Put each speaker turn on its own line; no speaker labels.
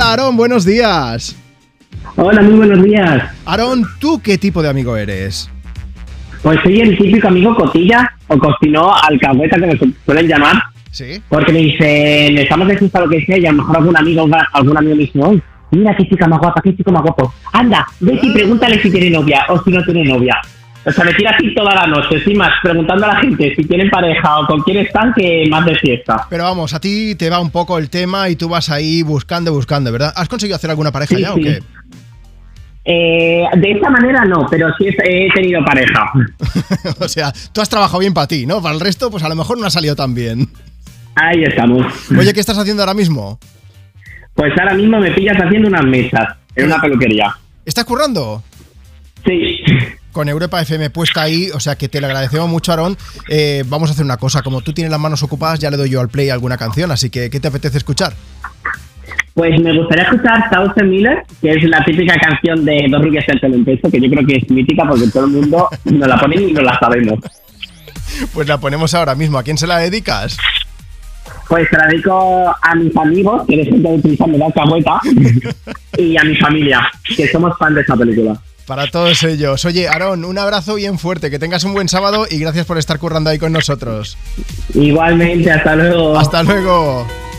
Aarón, buenos días.
Hola, muy buenos días.
Aarón, ¿tú qué tipo de amigo eres?
Pues soy el típico amigo cotilla o cocino alcahueta que me su- suelen llamar.
Sí.
Porque me dicen, estamos de fiesta o lo que sea, y a lo mejor algún amigo, va- algún amigo me dice, "Ay, mira qué chica más guapa, qué chico más guapo. Anda, ve y pregúntale si tiene novia o si no tiene novia. O sea, me tira así toda la noche, sí, más preguntando a la gente si tienen pareja o con quién están, que más de fiesta.
Pero vamos, a ti te va un poco el tema y tú vas ahí buscando, buscando, ¿verdad? ¿Has conseguido hacer alguna pareja
Sí,
ya
sí.
o qué?
Eh, de esta manera no, pero sí es- he tenido pareja.
o sea, tú has trabajado bien para ti, ¿no? Para el resto, pues a lo mejor no ha salido tan bien.
Ahí estamos.
Oye, ¿qué estás haciendo ahora mismo?
Pues ahora mismo me pillas haciendo unas mesas en una peluquería.
¿Estás currando?
Sí.
Con Europa FM puesta ahí, o sea que te lo agradecemos mucho, Aarón. Eh, vamos a hacer una cosa, como tú tienes las manos ocupadas, ya le doy yo al play alguna canción, así que ¿qué te apetece escuchar?
Pues me gustaría escuchar Thousand Miller, que es la típica canción de Dos Rubias en el Peso, que yo creo que es mítica porque todo el mundo nos la pone y no la sabemos.
Pues la ponemos ahora mismo, ¿a quién se la dedicas?
Pues se la dedico a mis amigos, que de gente de prisa me da vuelta, y a mi familia, que somos fan de esta película.
Para todos ellos. Oye, Aarón, un abrazo bien fuerte, que tengas un buen sábado y gracias por estar currando ahí con nosotros.
Igualmente, hasta luego.
Hasta luego.